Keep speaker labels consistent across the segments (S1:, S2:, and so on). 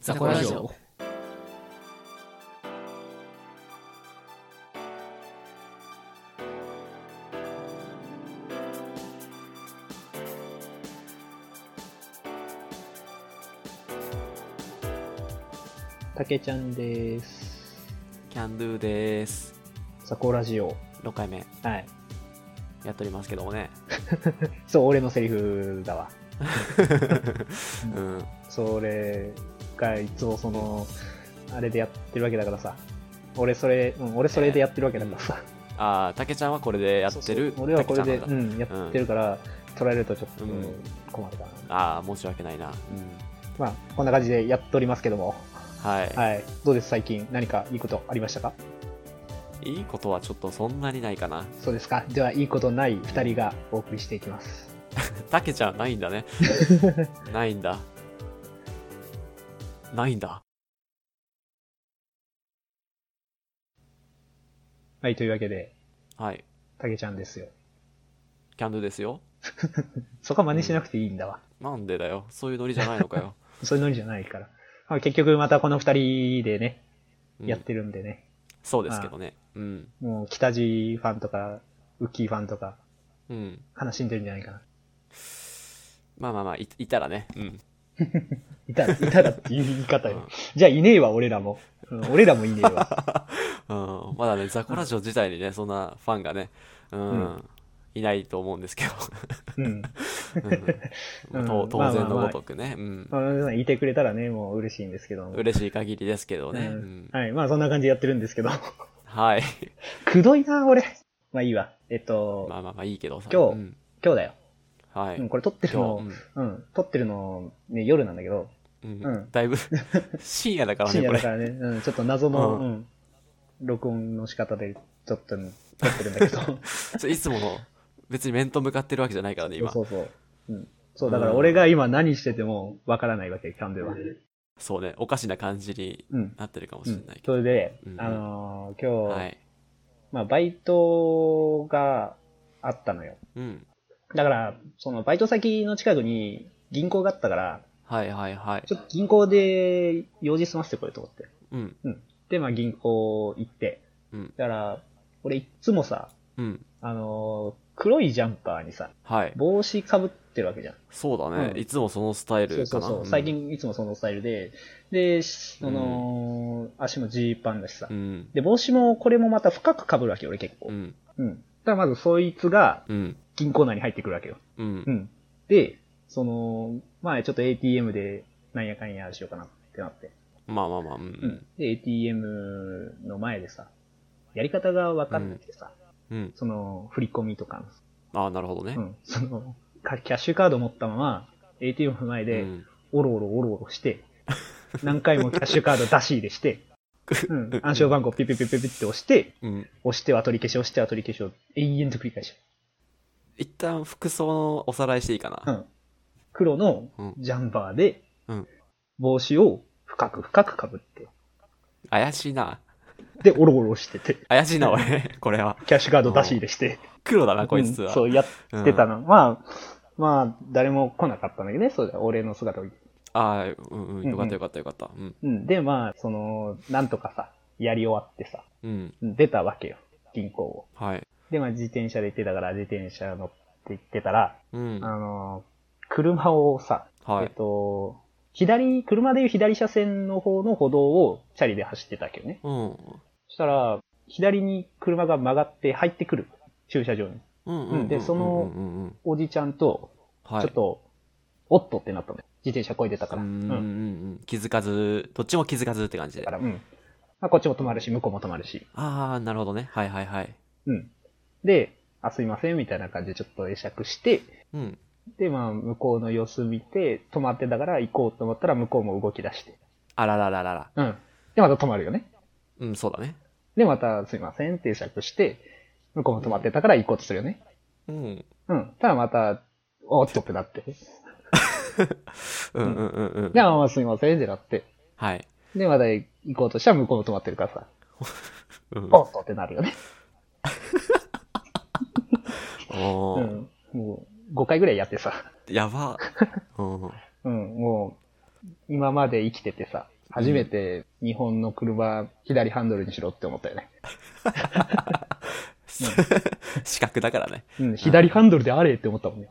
S1: ザコラジオ。
S2: たけちゃんです。
S1: キャンドゥです。
S2: ザコラジオ。
S1: 6回目
S2: はい。
S1: やっておりますけどもね。
S2: そう、俺のセリフだわ。
S1: うん。
S2: それがいつもその、あれでやってるわけだからさ。俺それ、うん、俺それでやってるわけだからさ。
S1: ああ、たけちゃんはこれでやってる。
S2: そうそう俺はこれで、
S1: たけちゃ
S2: うん
S1: なんだ
S2: ん、やってるから、取られるとちょっと、
S1: うん
S2: うん困るかな。
S1: ああ、申し訳ないな。
S2: まあ、こんな感じでやっておりますけども。
S1: はい。
S2: はい。どうです、最近。何かいいことありましたか
S1: い、いことはちょっとそんなにないか な。
S2: そうですか。では、いいことない二人がお送りしていきます。
S1: たけちゃんないん だね。ないんだ。ないんだ。
S2: はい、というわけで、
S1: はい。
S2: たけちゃんですよ。
S1: キャンドゥですよ。
S2: そこは真似しなくていいんだわ。
S1: なんでだよ。そういうノリじゃないのかよ。
S2: そういうノリじゃないから。まあ、結局またこの二人でね、
S1: うん
S2: やってるんでね。
S1: そうですけどね。うん。
S2: もう北地ファンとか、ウッキーファンとか、
S1: うん。
S2: 悲しんでるんじゃないかな。
S1: まあまあまあ、いいたらね。うん。
S2: いたら、いたらっていう言い方よ。じゃあいねえわ、俺らも。うん俺らもい ねえわ。
S1: うん、まだね、ザコラジオ自体にね、そんなファンがね、うん、
S2: うん
S1: いないと思うんですけど、
S2: うん。
S1: うん
S2: うん
S1: と当然のごとくね、うん、
S2: まあ皆さんいてくれたらね、もう嬉しいんですけども。
S1: 嬉しい限りですけどね、
S2: う
S1: うんん
S2: はい。まあそんな感じでやってるんですけど。
S1: はい。
S2: くどいな、俺。まあいいわ。えっと、
S1: まあまあまあいいけどさ、
S2: 今日
S1: うん、
S2: 今日だよ。
S1: はい。
S2: うん、これ撮ってるの、
S1: 今日
S2: うん、撮ってるの、ね、夜なんだけど、
S1: うん
S2: う
S1: うんん、だいぶ深夜だから
S2: 深
S1: ね、
S2: 夜
S1: こ
S2: だか
S1: れ。
S2: らね、うん、ちょっと謎の、
S1: う
S2: うんん、録音の仕方でちょっと撮ってるんだけど。
S1: ちょいつもの、別に面と向かってるわけじゃないから ね、今。
S2: そうそう。うん、そう、だから俺が今何しててもわからないわけ、キャンベルは。
S1: そうね、おかしな感じに
S2: うん。
S1: なってるかも
S2: う
S1: しれ
S2: ん
S1: ない、けど。
S2: それで、
S1: うん
S2: あのー今日、
S1: はい。
S2: まあ、バイトがあったのよ。
S1: うん。
S2: だから、そのバイト先の近くに銀行があったから、
S1: はいはいはい。
S2: ちょっと銀行で用事済ませてこようと思って。
S1: うん。
S2: で、まあ銀行行って。
S1: うん
S2: だから、俺いっつもさ、
S1: うん。
S2: あのー黒いジャンパーにさ、
S1: はい。
S2: 帽子かぶってるわけじゃん。
S1: そうだね、
S2: うん
S1: いつもそのスタイ
S2: そ
S1: ル
S2: うそ
S1: か
S2: う
S1: な。
S2: そう。
S1: ん
S2: 最。近いつもそのスタイルで、で、しその、足もジーパンだしさ
S1: う。ん。
S2: で、帽子もこれもまた深く被るわけよ、俺結構
S1: う。ん。
S2: うん。だからまずそいつが
S1: うん。
S2: 銀行内に入ってくるわけよ。
S1: う。
S2: うんん。で、その、前ちょっと ATM でなんやかんやしようかなってなって。
S1: まあまあまあ、う
S2: うんん。。で、ATM の前でさ、やり方が分かっててさ、
S1: うん。
S2: その、振り込みとかの
S1: ああ、なるほどね
S2: う。ん、その、かキャッシュカード持ったまま、ATM の前
S1: う
S2: で、
S1: ん
S2: おろおろおろおろして、何回もキャッシュカード出し入 れして、うん、暗証番号ピピピピピって押して、
S1: うん。
S2: 押しては取り消し、押しては取り消しを延々と繰り返し
S1: 一旦服装のおさらいしていいか
S2: う
S1: な。
S2: ん。黒の
S1: うん
S2: ジャンバーで
S1: うん、
S2: 帽子を深く深く被って、
S1: 怪しいな。
S2: で、おろおろしてて、
S1: 怪しいな、俺。これは。
S2: キャッシュカード出し入れして、
S1: 黒だな、こいつ
S2: うん
S1: は。
S2: そうやってた
S1: うん
S2: の。まあ、まあ、誰も来なかったんだけどね、そうだ、俺の姿を見て
S1: ああ、うんうん。よかったよかったよかった。うん。
S2: うん、で、まあ、その、なんとかさ、やり終わってさ、
S1: うん。
S2: 出たわけよ、銀行を。
S1: はい。
S2: で、まあ、自転車で行ってたから、自転車乗って行ってたら、
S1: うん。
S2: あの、車をさ、
S1: は
S2: えっ
S1: い。
S2: と、左、車でいう左車線の方の歩道をチャリで走ってたわけどね。
S1: うん。
S2: そしたら、左に車が曲がって入ってくる、駐車場に。
S1: うんうん。
S2: でその
S1: うんうんうん。
S2: おじちゃんと、
S1: はい。
S2: ちょっと、おっとってなったのよ。自転車こいでたか
S1: う
S2: ら。
S1: んうんう
S2: う
S1: ん
S2: ん
S1: うん。気づかず、どっちも気づかずって感じ
S2: だ
S1: で
S2: か。ら、うん。まあ、こっちも止まるし、向こうも止まるし。
S1: ああ、なるほどね。はいはいはい。
S2: うん。で、あ、すいません、みたいな感じでちょっと会釈して、
S1: うん。
S2: で、まあ、向こうの様子見て、止まってたから行こうと思ったら、向こうも動き出して。
S1: あららららら。
S2: うん。で、また止まるよね。
S1: うん、そうだね。
S2: で、また、すいません、定着して、向こうも止まってたから行こうとするよね。
S1: うん。
S2: うん。ただまた、おっとってなって。
S1: うんうんうんうん
S2: で、。あ、まあ、すいません、ってなって。
S1: はい。
S2: で、また行こうとしたら、向こうも止まってるからさ、
S1: うん
S2: おっとってなるよね。
S1: お
S2: う
S1: ー。
S2: ん。もう、5回ぐらいやってさ、
S1: やば。うん。
S2: うん、もう、今まで生きててさ、初めて日本の車、左ハンドルにしろって思ったよね。
S1: 視覚だからね。
S2: うん、左ハンドルであれって思ったもんね。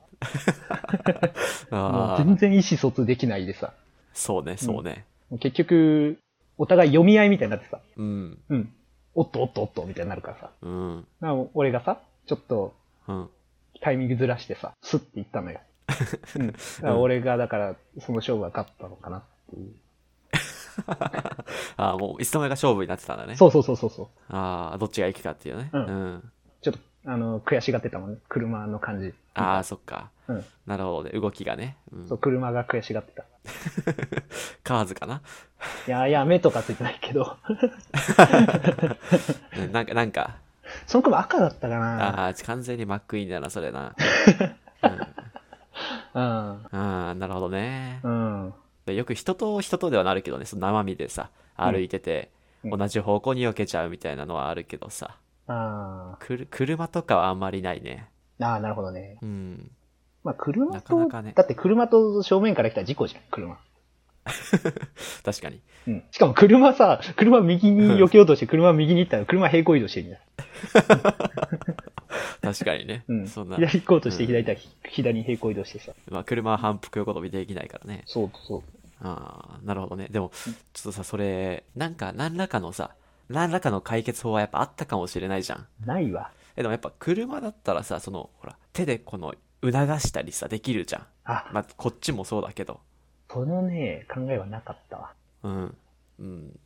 S2: も
S1: あ
S2: う
S1: あ
S2: 全、然意思疎通できないでさ。
S1: そうね、そうね。
S2: もう結局、お互い読み合いみたいになってさ。
S1: うん、
S2: うん。おっとおっとおっとみたいになるからさ。
S1: うん、
S2: まあ、俺がさ、ちょっと
S1: うん、
S2: タイミングずらしてさ、スッて行ったのよ。うん。だから俺が、だから、その勝負は勝ったのかなっていう。
S1: ああ、もういつの間にか勝負になってたんだね。
S2: そうそうそうそうそう。
S1: ああ、どっちが行くかっていうね。
S2: うん
S1: うん。
S2: ちょっと、あの、悔しがってたもんね。車の感じ。
S1: ああ、そっか。
S2: うん。
S1: なるほどね、動きがね。うん
S2: そう、車が悔しがってた。
S1: カーズかな。
S2: いや、いや、目とかついてないけど。
S1: ねなんか、なんか、
S2: その車赤だったかな。
S1: ああ、完全にマックイーンだな、それ な。
S2: うん。
S1: ああ、なるほどね。
S2: うん。
S1: でよく人と人とではなるけどね、その生身でさ、
S2: ん
S1: 歩いてて、
S2: うん
S1: 同じ方向に避けちゃうみたいなのはあるけどさ、
S2: あ
S1: くる車とかはあんまりないね。
S2: ーあー、なるほどね。
S1: うん。
S2: まあ、車と、
S1: なかなかね
S2: だって車と正面から来たら事故じゃん、車。
S1: 確かに。
S2: うん。しかも車さ、車右に避けようとして、車右に行ったら、車平行移動してるじゃん。
S1: 確かにね。
S2: うん。
S1: そんな、
S2: 左行こうとして
S1: うん
S2: 左だ、左に平行移動してさ。
S1: まあ、車は反復横跳びできないからね。
S2: そうそう。
S1: ああ、なるほどね。でも、ちょっとさ、それ、なんか、何らかのさ、何らかの解決法はやっぱあったかもしれないじゃん。
S2: ないわ。
S1: え、でもやっぱ車だったらさ、その、ほら、手でこの、促したりさ、できるじゃん。
S2: あ、
S1: まあ、こっちもそうだけど。
S2: そのね、考えはなかったわ。
S1: うん。うん。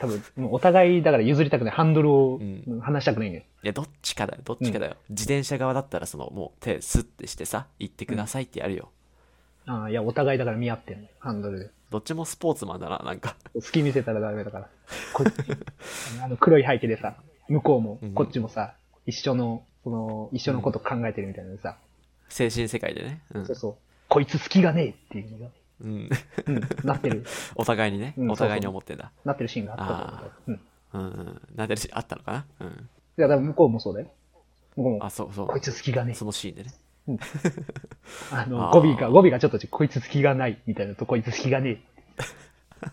S2: 多分、もうお互い、だから譲りたくない。ハンドルを
S1: うん
S2: 離したくないのよ。
S1: いや、どっちかだよ、どっちかだよ。自転車側だったら、その、もう手スッてしてさ、行ってくださいってやるよ。
S2: ああ、いや、お互いだから見合ってんの。ハンドルで。
S1: どっちもスポーツマンだな、なんか。
S2: 好き見せたらダメだから。こあの黒い背景でさ、向こうも
S1: うん、
S2: こっちもさ、一緒の、その、一緒のこと考えてるみたいなのでさ、
S1: 精神世界でね。うん
S2: そう。そう、こいつ好きがねえっていうのが、
S1: うん、
S2: うん、なってる、
S1: お互いにね、
S2: うん
S1: お互いに
S2: そうそう
S1: 思ってんだ。
S2: なってるシーンがあったと思うんだよ。うん。い
S1: うんうん。なんであったのかなうん。
S2: や、だから向こうもそうだよ。向こうも
S1: あ、、そうそ。
S2: こいうつ好きがね
S1: そのシーンでね。
S2: え。あの、
S1: あー
S2: 語尾が、語尾がちょっとち、こいつ好きがないみたいなと、こいつ好きがね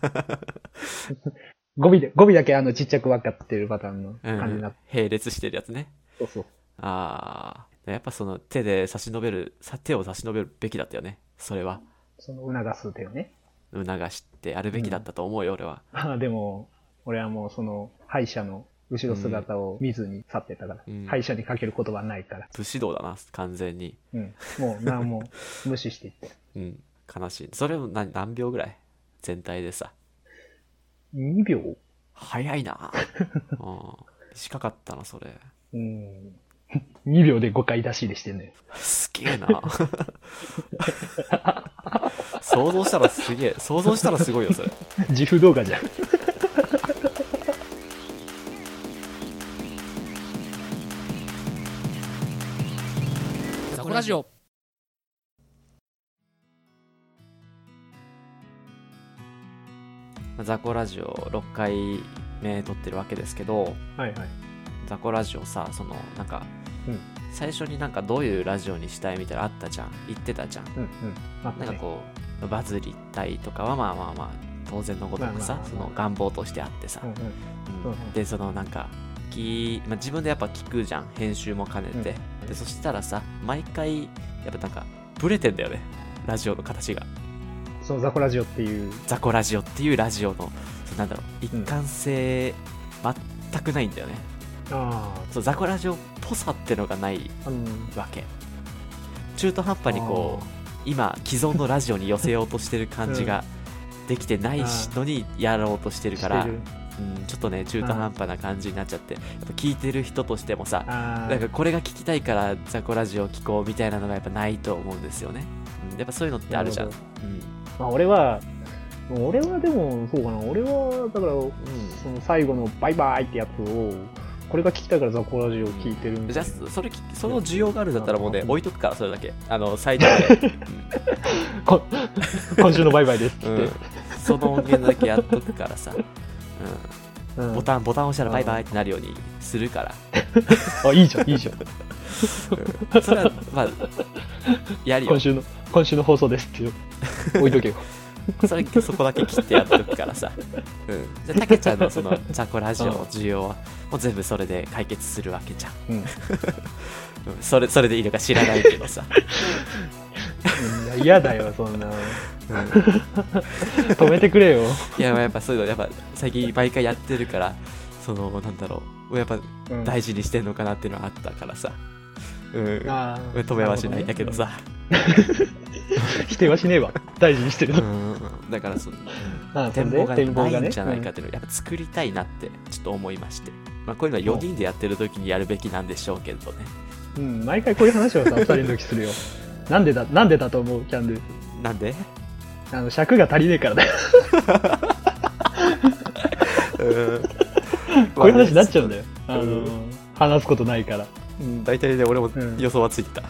S2: え。語尾で、語尾だけあの、ちっちゃく分かってるパターンの
S1: うん
S2: 感じになって、
S1: 並列してるやつね。
S2: そうそう。
S1: ああ。やっぱその手で差し伸べる、さ手を差し伸べるべきだったよね。それは。
S2: その促す点ね。
S1: 促してやるべきだったと思うよ、俺は。
S2: まあでも、俺はもうその歯医者の後ろ姿を見ずに去ってたから、
S1: うん
S2: 歯医者にかける言葉はないから、
S1: 武士道だな、完全に。
S2: うん、もう何も無視していって。
S1: うん。悲しい。それも何何秒ぐらい全体でさ。
S2: 2秒
S1: 早い なうん。短かったな、それ。
S2: うん。2秒で5回出し入れしてんのよ。
S1: すげえな想像したらすげえ。想像したらすごいよ、それ。
S2: 自負動画じゃん。
S3: ザコラジオ
S1: ザコラジオ6回目撮ってるわけですけど、
S2: はいはい。
S1: ザコラジオさ、その、なんか、
S2: うん
S1: 最初になんかどういうラジオにしたいみたいなのあったじゃん。言ってたじゃん。
S2: うんうん。あった
S1: なんか
S2: ね。
S1: こう、バズりたいとかはまあまあまあ、当然のごとく
S2: まあ
S1: さ
S2: まあま、あ
S1: その願望としてあってさ
S2: うん。うん。
S1: うん
S2: うんうん
S1: でそのなんか聞き、まあ、自分でやっぱ聞くじゃん編集も兼ねて、
S2: うん
S1: でそしたらさ毎回やっぱなんかブレてんだよねラジオの形が
S2: そのザコラジオっていう、
S1: ザコラジオっていうラジオのそうなんだろう一貫性全くないんだよね、
S2: あ
S1: そうザコラジオっぽさってのがない
S2: あ、あの、
S1: わけ中途半端にこう今既存のラジオに寄せようとしてる感じができてないしのにやろうとしてるから、
S2: してる
S1: うん、ちょっとね中途半端な感じになっちゃってやっぱ聞いてる人としてもさ
S2: あ
S1: なんかこれが聞きたいからザコラジオを聞こうみたいなのがやっぱないと思うんですよね、うん、やっぱそういうのってあるじゃん、う
S2: なる
S1: ん
S2: あ、まあ俺は、俺はでも、そうかな、俺は、だから、その最後のバイバイってやつを、これが聞きたいからザコラジオ聞いてる
S1: うんん、
S2: で
S1: じゃあ
S2: す
S1: それ聞きその需要があるんだったらもうね
S2: うん
S1: 置いとくからそれだけあ のサイトで、
S2: こ 今週のバイバイですって
S1: う
S2: 言
S1: ん
S2: って、
S1: その音源だけやっとくからさ、
S2: うん
S1: うん、ボタンボタン押したらバイバイってなるようにするから
S2: あいいじゃんいいじゃん
S1: うんそれはまあやるよ
S2: 今週の今週の放送ですっていう置いとけよ
S1: それそこだけ切ってやっとくからさ、うん、じゃあたけちゃんのそのチャコラジオの需要はもう全部それで解決するわけじゃん、
S2: うん
S1: うん、それそれでいいのか知らないけどさ
S2: いや嫌だよそんな、止めてくれよ、
S1: いやまあやっぱそういうのやっぱ最近毎回やってるからそのなんだろうやっぱ
S2: うん
S1: 大事にしてんのかなっていうのはあったからさうん
S2: あー
S1: 止めはしないんだけどさ、
S2: 否定はしねえわ大事にしてるの、
S1: うんだからその
S2: あそ
S1: 展
S2: ん
S1: 望
S2: で
S1: が
S2: 展望が
S1: ない
S2: ね
S1: んじゃないかっていうのをやっぱ作りたいなってちょっと思いまして、まあ、こういうのは4人でやってる時にやるべきなんでしょうけどね
S2: うん、うん毎回こういう話をさ二人の時する よなんでだなんでだと思うキャンドゥ
S1: なんで
S2: あの尺が足りねえか らだよ こういう話になっちゃうんだよ、あの話すことないから
S1: うん大体ね俺も
S2: うん
S1: 予想はついてた、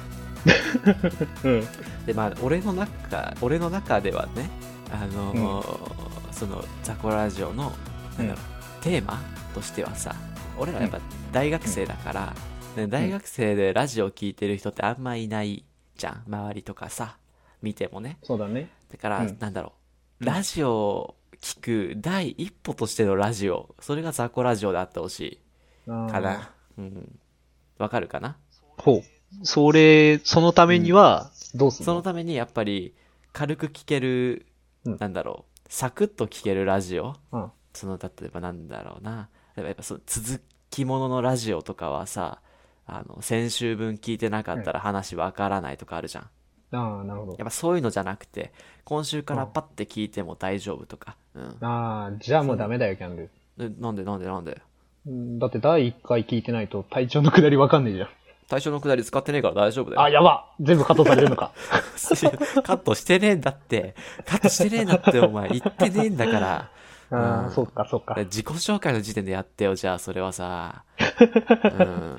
S2: うん
S1: でまあ俺の中俺の中ではねあのーそのザコラジオのなんだろうテーマとしてはさ俺らやっぱ大学生だから、ね、大学生でラジオ聞いてる人ってあんまいないじゃん周りとかさ見てもね
S2: そうだね
S1: だから、
S2: うん
S1: なんだろうラジオを聞く第一歩としてのラジオそれがザコラジオであってほしいか
S2: か
S1: なうんわかるかな
S2: ほ
S4: う。それ、そのためには、
S2: うどうすん
S1: そ
S2: の
S1: のためにやっぱり軽く聞ける、
S2: うん
S1: なんだろうサクッと聞けるラジオ、
S2: うん
S1: その例えばなんだろうな例えばやっぱその続きもののラジオとかはさあの先週分聞いてなかったら話わからないとかあるじゃん、
S2: ああなるほど
S1: やっぱそういうのじゃなくて今週からパッて聞いても大丈夫とか、うん
S2: ああじゃあもうダメだよキャンドゥ
S1: えなんでなんでなんで
S2: うんだって第1回聞いてないと体調のくだりわかんねえ じゃん。
S1: 対象のくだり使ってねえから大丈夫だよ
S2: あ、やば全部カットされるのか。
S1: カットしてねえんだってカットしてねえんだってお前言ってねえんだからう
S2: ああ、
S1: ん
S2: そうか、そうか。
S1: 自己紹介の時点でやってよ、じゃあ、それはさ。うん。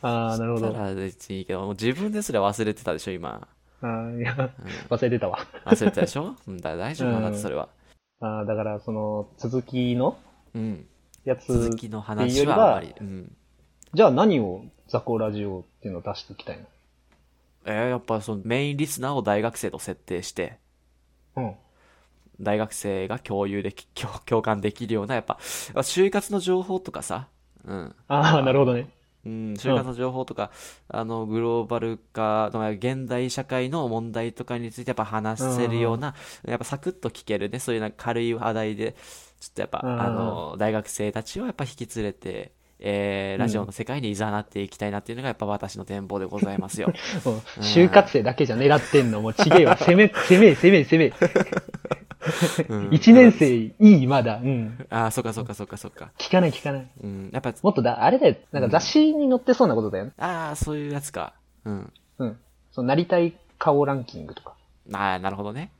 S2: ああ、なるほ
S1: そし
S2: ど。
S1: た
S2: あ
S1: ら別にいいけど、もう自分ですら忘れてたでしょ、今。
S2: ーいや
S1: うん
S2: 忘れてたわ。
S1: 忘れてたでしょうん、だ大丈夫なんだって、
S2: うん
S1: それは。
S2: ああ、だから、その、続きの
S1: うん。
S2: やつ
S1: 続、きの話はあまり。うん。
S2: じゃあ何をザコラジオっていうのを出していきたい
S1: えー、やっぱそのメインリスナーを大学生と設定して、
S2: の
S1: 大学生が共有でき、共共感できるような、やっぱ、就活の情報とかさ、うん。
S2: うん。ああ、なるほどね。
S1: うん、就活の情報とか、あの、グローバル化の、現代社会の問題とかについてやっぱ話せるような、やっぱサクッと聞けるね、そういうなんか軽い話題で、ちょっとやっぱ、
S2: うん
S1: あの、大学生たちをやっぱ引き連れて、えーラジオの世界に誘っていきたいなっていうのがやっぱ私の展望でございます よ。
S2: うん就活生だけじゃ狙ってんの。もうちげえわ。攻め、攻め、攻め、攻め。
S1: うん
S2: 1年生いい、まだ。うん。
S1: ああ、そっかそっかそっかそっか。
S2: 聞かない、聞かない。
S1: うん、やっぱ、
S2: もっとだ、あれだよ。なんか雑誌に載ってそうなことだよね。
S1: ああ、そういうやつか。うん。
S2: うん。そう、なりたい顔ランキングとか。
S1: ああ、なるほどね。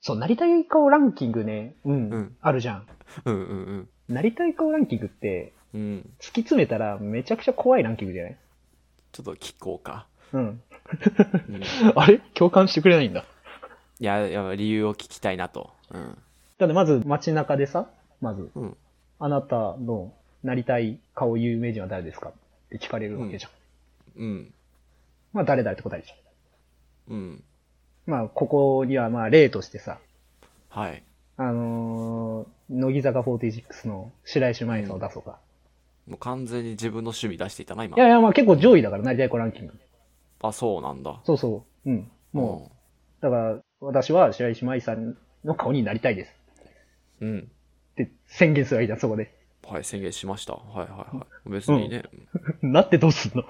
S2: そう、なりたい顔ランキングね、うん、
S1: うん
S2: あるじゃん。
S1: うんうん
S2: なりたい顔ランキングって、
S1: うん。うん。
S2: 突き詰めたらめちゃくちゃ怖いランキングじゃない
S1: ちょっと聞こうか。
S2: うん。
S1: うん。い
S2: あれ共感してくれないんだ。
S1: や、いや理由を聞きたいなと。うん。
S2: だってまず街中でさ、まず、
S1: うん
S2: あなたのなりたい顔有名人は誰ですかって聞かれるわけじゃん。
S1: うん。
S2: まあ誰だって答えるじゃ
S1: うん。
S2: ん。まあここにはまあ例としてさ、
S1: はい。
S2: あのー、乃木坂46の白石麻衣さんを出そうか。
S1: もう完全に自分の趣味出していたな、今
S2: い。やいやまあ結構上位だから、なりたい子ランキング。
S1: あ、そうなんだ。
S2: そうそう。うん。もう、だから、私は白石麻衣さんの顔になりたいです。
S1: うん。うん。
S2: って宣言するわけじゃん、そこで。
S1: はい、宣言しました。はいはいはい。別にね。
S2: なってどうすんの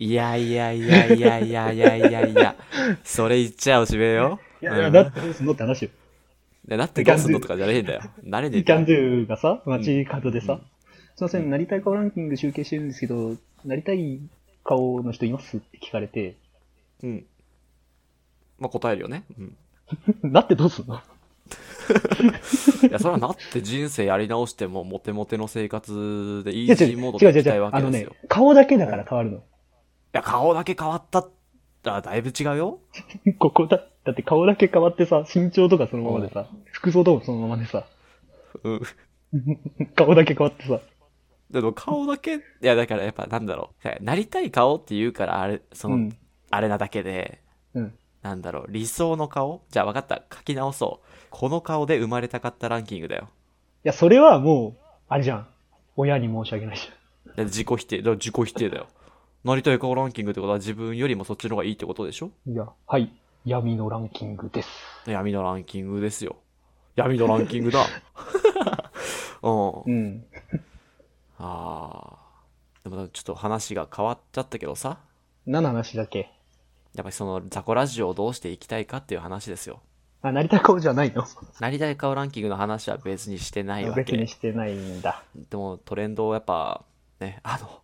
S1: いやいやいやいやいやいやいやいや。それ言っちゃおしめよ。
S2: いやいや、
S1: うん
S2: なってどうすんのって話よ。
S1: でなってどうすんのとかじゃねえんだよ。なれねえ
S2: キ
S1: んだ
S2: ャン
S1: よ。
S2: ドゥがさ、街角でさ、すいません、なりたい顔ランキング集計してるんですけど、なりたい顔の人いますって聞かれて、
S1: うん。まあ、答えるよね。うん。
S2: なってどうすんの
S1: いや、それはなって人生やり直しても、モテモテの生活でイ
S2: い
S1: ー
S2: や
S1: ジー
S2: 違う
S1: モード
S2: 違
S1: でい
S2: う違
S1: うきた
S2: 違
S1: いうわ、け
S2: あ
S1: で
S2: の
S1: すよ。
S2: ね、顔だけだから変わるの。
S1: いや、顔だけ変わったら、だいぶ違うよ。
S2: ここだ、だって顔だけ変わってさ、身長とかそのままでさ、服装とかもそのままでさ、
S1: うん。
S2: 顔だけ変わってさ、
S1: でも顔だけ、いやだからやっぱなんだろう。なりたい顔って言うからあれ、その、
S2: うん
S1: あれなだけで、
S2: うん。
S1: なんだろう、理想の顔じゃあ分かった、書き直そう。この顔で生まれたかったランキングだよ。
S2: や、それはもう、あれじゃん。親に申し訳ないじ
S1: だって自己否定、だから自己否定だよ。なりたい顔ランキングってことは自分よりもそっちの方がいいってことでしょ
S2: ゃん。いや、はい。闇のランキングです。
S1: 闇のランキングですよ。闇のランキングだ。 うん。
S2: うん。
S1: あーでもちょっと話が変わっちゃったけどさ、
S2: 何の話だっけ
S1: やっぱりそのザコラジオをどうしていきたいかっていう話ですよ。
S2: あ、成田顔じゃないの
S1: なりたい顔ランキングの話は別にしてないわ
S2: 別に
S1: け。
S2: してないんだ。
S1: でもトレンドをやっぱ、ね、あの、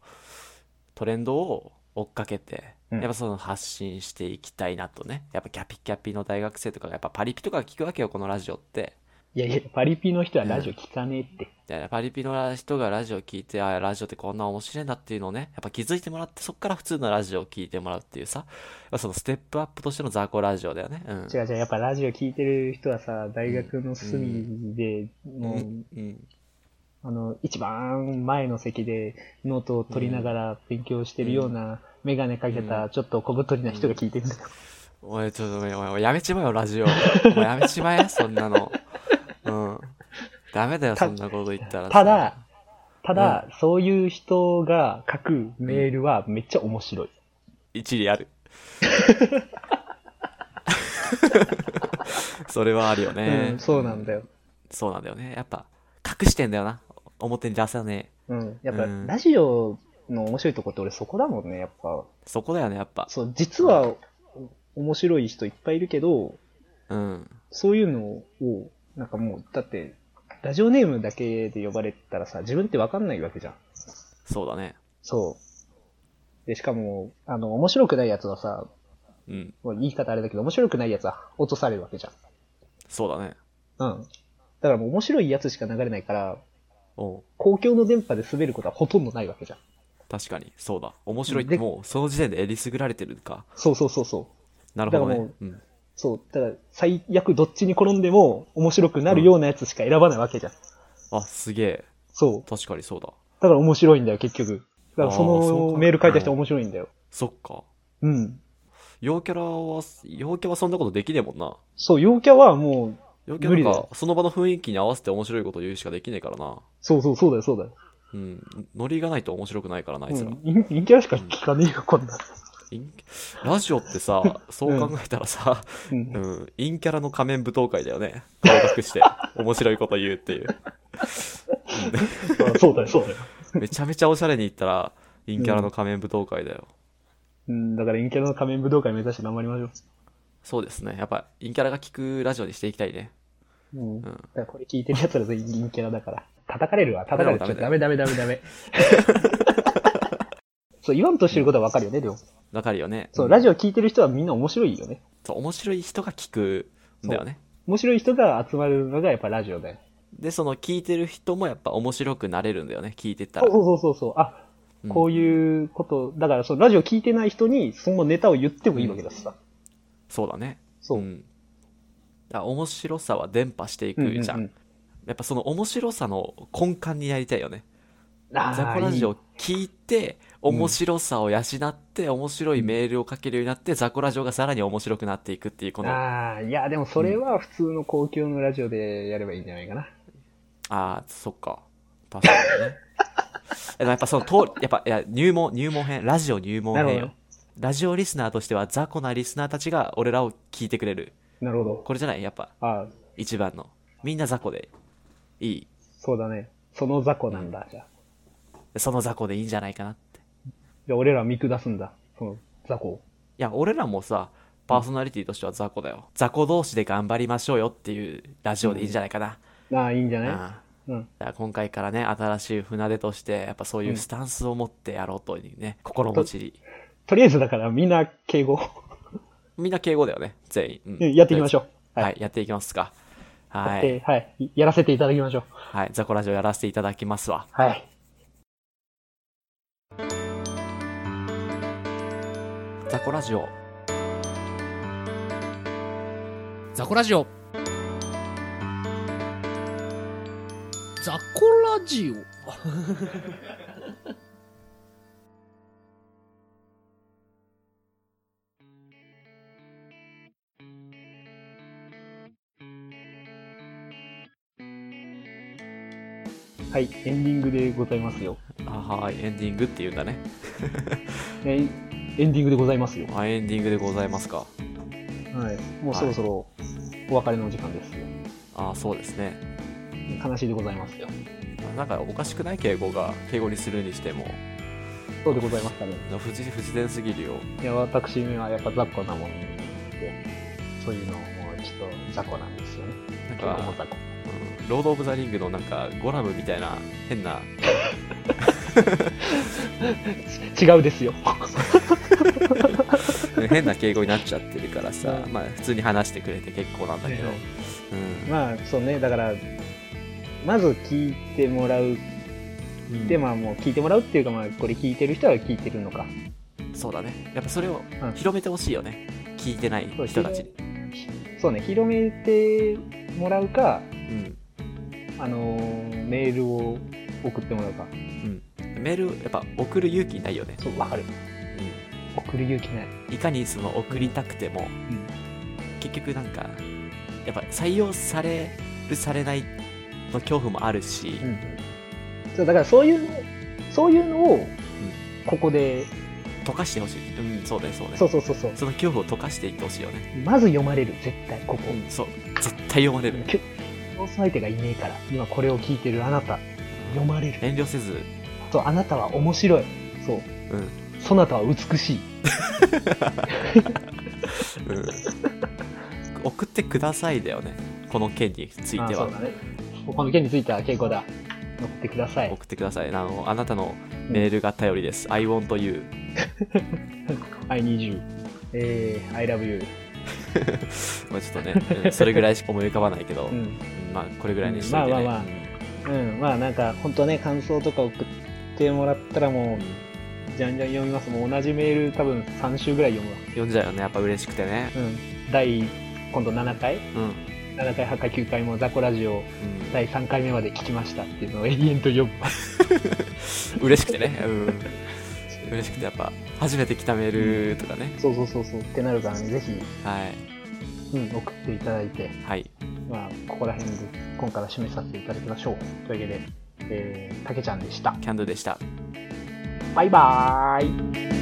S1: トレンドを追っかけて、
S2: うん
S1: やっぱその発信していきたいなとね。やっぱキャピキャピの大学生とかがやっぱパリピとか聞くわけよ、このラジオって。
S2: いやいや、パリピの人はラジオ聞かねえって。
S1: でパリピの人がラジオ聞いて、あラジオってこんな面白いんだっていうのをね、やっぱ気づいてもらって、そっから普通のラジオを聞いてもらうっていうさ、やっぱそのステップアップとしての雑魚ラジオだよね。うん。
S2: 違う違う、やっぱラジオ聞いてる人はさ、大学の隅で、もう、
S1: うん。
S2: あの、一番前の席でノートを取りながら勉強してるような、メガネかけた、ちょっと小太りな人が聞いてるんだよ。
S1: おい、ちょっとごめん、おいおいやめちまえよ、ラ ジオ。もうやめちまえ、そんなの。うん。ダメだよ、
S2: た
S1: そんなこと言ったらさ。
S2: ただ、ただ、そういう人が書くメールはめっちゃ面白い。
S1: 一理あ る。それはあるよね。
S2: うん、そうなんだよ。
S1: そうなんだよね。やっぱ、隠してんだよな。表に出さねえ。
S2: うん。やっぱ、
S1: うん
S2: ラジオの面白いとこって俺そこだもんね、やっぱ。
S1: そこだよね、やっぱ。
S2: そう、実は、お面白い人いっぱいいるけど、
S1: うん。
S2: そういうのを、なんかもう、だって、ラジオネームだけで呼ばれたらさ、自分ってわかんないわけじゃん。
S1: そうだね。
S2: そう。で、しかも、あの、面白くないやつはさ、
S1: うん。
S2: もう言い方あれだけど、面白くないやつは落とされるわけじゃ
S1: そうだね。
S2: ん。うん。だからもう面白いやつしか流れないから、
S1: おう
S2: 公共の電波で滑ることはほとんどないわけじゃん。
S1: 確かに。そうだ。面白いって、
S2: で
S1: もう、その時点でえりすぐられてるか。
S2: そうそうそうそう。
S1: なるほど
S2: だから
S1: ね
S2: も。
S1: うん。
S2: そう。ただ、最悪どっちに転んでも面白くなるようなやつしか選ばないわけじゃん。
S1: あ、すげえ。
S2: そう。
S1: 確かにそうだ。
S2: だから面白いんだよ、結局。だから
S1: あ
S2: そ
S1: ーそう
S2: の
S1: か
S2: メール書いた人面白いんだよ。
S1: そっか。
S2: うん。
S1: 陽キャラは、陽キャはそんなことできねえもんな。
S2: そう、陽キャはもう、
S1: 陽キャ
S2: 無理
S1: な
S2: だ
S1: んか
S2: よ、
S1: その場の雰囲気に合わせて面白いことを言うしかできねえからな。
S2: そうそう、そうだよ、そうだよ。
S1: うん。ノリがないと面白くないからな、あいつら。
S2: うん、陰陰キャラしか聞かねえよ、こんな。
S1: 陰ラジオってさ、そう考えたらさ、
S2: う。
S1: うんん、陰キャラの仮面舞踏会だよね。顔隠 して、面白いこと言うっていう。
S2: あそうだよ、そうだよ。
S1: めちゃめちゃおしゃれに言ったら、陰キャラの仮面舞踏会だよ。
S2: うん、だから陰キャラの仮面武道会目指して頑張りましょ
S1: そうですね。やっぱ、陰キャラが聞くラジオにしていきたいね。
S2: う。うん。
S1: う
S2: だ
S1: ん
S2: からこれ聞いてる奴ら全員 陰キャラだから。叩かれるわ、叩かれる。ちょっとダメダメダメダメ。 そう、言わんとしてることはわかるよね、でも。
S1: わかるよね。
S2: そう、
S1: ん
S2: ラジオ聞いてる人はみんな面白いよね。
S1: そう面白い人が聞くんだよね。
S2: 面白い人が集まるのがやっぱラジオだよ。
S1: で、その聞いてる人もやっぱ面白くなれるんだよね。聞いてた
S2: そう
S1: ら。
S2: そうそうそう。あ、
S1: うん
S2: こういうこと、だからそのラジオ聞いてない人にそのネタを言ってもいいわけだしさ。
S1: そうだね。
S2: そう。
S1: ん。だから面白さは伝播していく
S2: うんうんうん
S1: じゃん。やっぱその面白さの根幹になりたいよね。
S2: あー
S1: ザコラジオ聞いて、
S2: ん
S1: 面白さを養って、面白いメールをかけるようになって、ザコラジオがさらに面白くなっていくっていう、この、あ
S2: ああ、いや、でもそれは普通の公共のラジオでやればいいんじゃないかな。
S1: あー、そっか。確かに ね。でもやっぱその通り、やっぱ、いや、入門、入門編、ラジオ入門
S2: な
S1: 編
S2: るほ
S1: よ。ラジオリスナーとしては、ザコなリスナーたちが俺らを聞いてくれる。
S2: なるほど。
S1: これじゃないやっぱ、
S2: ああ、
S1: 一番の。みんなザコで、いい。
S2: そうだね。その雑魚なんだ、じゃあ。
S1: その雑魚でいいんじゃないかなって。い
S2: じゃあ俺らは見下すんだ、その雑魚を。
S1: や、俺らもさ、パーソナリティとしては雑魚だよ。雑魚同士で頑張りましょうよっていうラジオでいいんじゃないかな。
S2: ああ、いいんじゃ
S1: うん。
S2: な
S1: だ
S2: いうん。
S1: から今回からね、新しい船出として、やっぱそういうスタンスを持ってやろうというね、心持ちに。
S2: とりあえずだからみんな敬語
S1: みんな敬語だよね、全員。う
S2: うん
S1: ん
S2: やっていきましょう。
S1: はい、やっていきますか。は
S2: はい
S1: い。。
S2: はい。やらせていただきましょう。
S1: はい、雑魚ラジオやらせていただきますわ。
S2: はい。
S1: 雑魚ラジオ。
S3: ザコラジオザコラジオ
S2: はい、エンディングでございますよ。
S1: あはいエンディングっていうんだね
S2: ね、エンディングでございますよ。
S1: あエンディングでございますか
S2: はい、もうそろそろお別れのお時間ですよ。
S1: あそうですね
S2: 悲しいでございますよ。
S1: なんかおかしくない敬語が敬語にするにしても
S2: そうでございましたね。
S1: 不自不自然すぎるよ
S2: いや、私にはやっぱ雑魚なもんで、そういうのもちょっと雑魚なんですよね。
S1: なん
S2: 結構も
S1: か
S2: う雑
S1: うん
S2: 魚。
S1: ロード・オブ・ザ・リングのなんかゴラムみたいな変な
S2: 違 うですよ。
S1: 変な敬語になっちゃってるからさ
S2: う
S1: まあ普通に話してくれて結構なんだけど、
S2: ね
S1: うん
S2: まあ、そうね、だから、まず聞いてもらう。
S1: うん
S2: で、まあ、もう聞いてもらうっていうか、まあ、これ聞いてる人は聞いてるのか。
S1: そうだねやっぱそれを
S2: うん
S1: 広めてほしいよね聞いてない
S2: そう
S1: 人たちに
S2: そうね、広めてもらうか、
S1: うん
S2: あのーメールを送ってもらうか。
S1: メールやっぱ送る勇気ないよね、
S2: そう、わかる。送る勇気ない。
S1: うんいかにその送りたくても、
S2: ん
S1: 結局なんかやっぱ採用されるされないの恐怖もあるし、
S2: うん。そう、だからそういうの、そういうのを、ここで、
S1: 溶かしてほしいうんそうだねそうだね
S2: そうそうそうそう。
S1: その恐怖を溶かしていってほしいよね、
S2: まず読まれる、絶対、ここ。
S1: うん、そう絶対読まれる
S2: け競争相手がいねえから、今これを聞いてるあなた、読まれる。
S1: 遠慮せず
S2: そう、あなたは面白い。そう。
S1: うん
S2: そなたは美しい。
S1: うん、送ってくださいだよねこの件について
S2: あ
S1: は、
S2: そうだね。この件については稽古だ。乗ってください。
S1: 送ってくださいあのあなたのメールが頼りです、I want you
S2: I need you. えー、I love you.
S1: まあちょっとね、うんそれぐらいしか思い浮かばないけど、
S2: う
S1: うん
S2: ん。
S1: まあこれぐらいにしといてね、
S2: うんまあまあまうん、まあなんか、本当ね、感想とか送ってもらったらもう、じゃんじゃん読みます。もう同じメール多分3週ぐらい読むわ。
S1: 読んじゃうよねやっぱ嬉しくてね
S2: うん。第、今度7回
S1: うん、うん
S2: ?7 回、8回、9回もザコラジオ第3回目まで聞きましたっていうのを延々と読む。
S1: 嬉しくてね、うん、嬉しくてやっぱ初めて来たメールとかね、
S2: そうそうそうそう。ってなるからね、ぜひ、
S1: はい
S2: うん、送っていただいて、
S1: はい
S2: まあ、ここら辺で今回は締めさせていただきましょう。というわけで、えー、たけちゃんでした。
S1: キャンドゥでした
S2: バイバーイ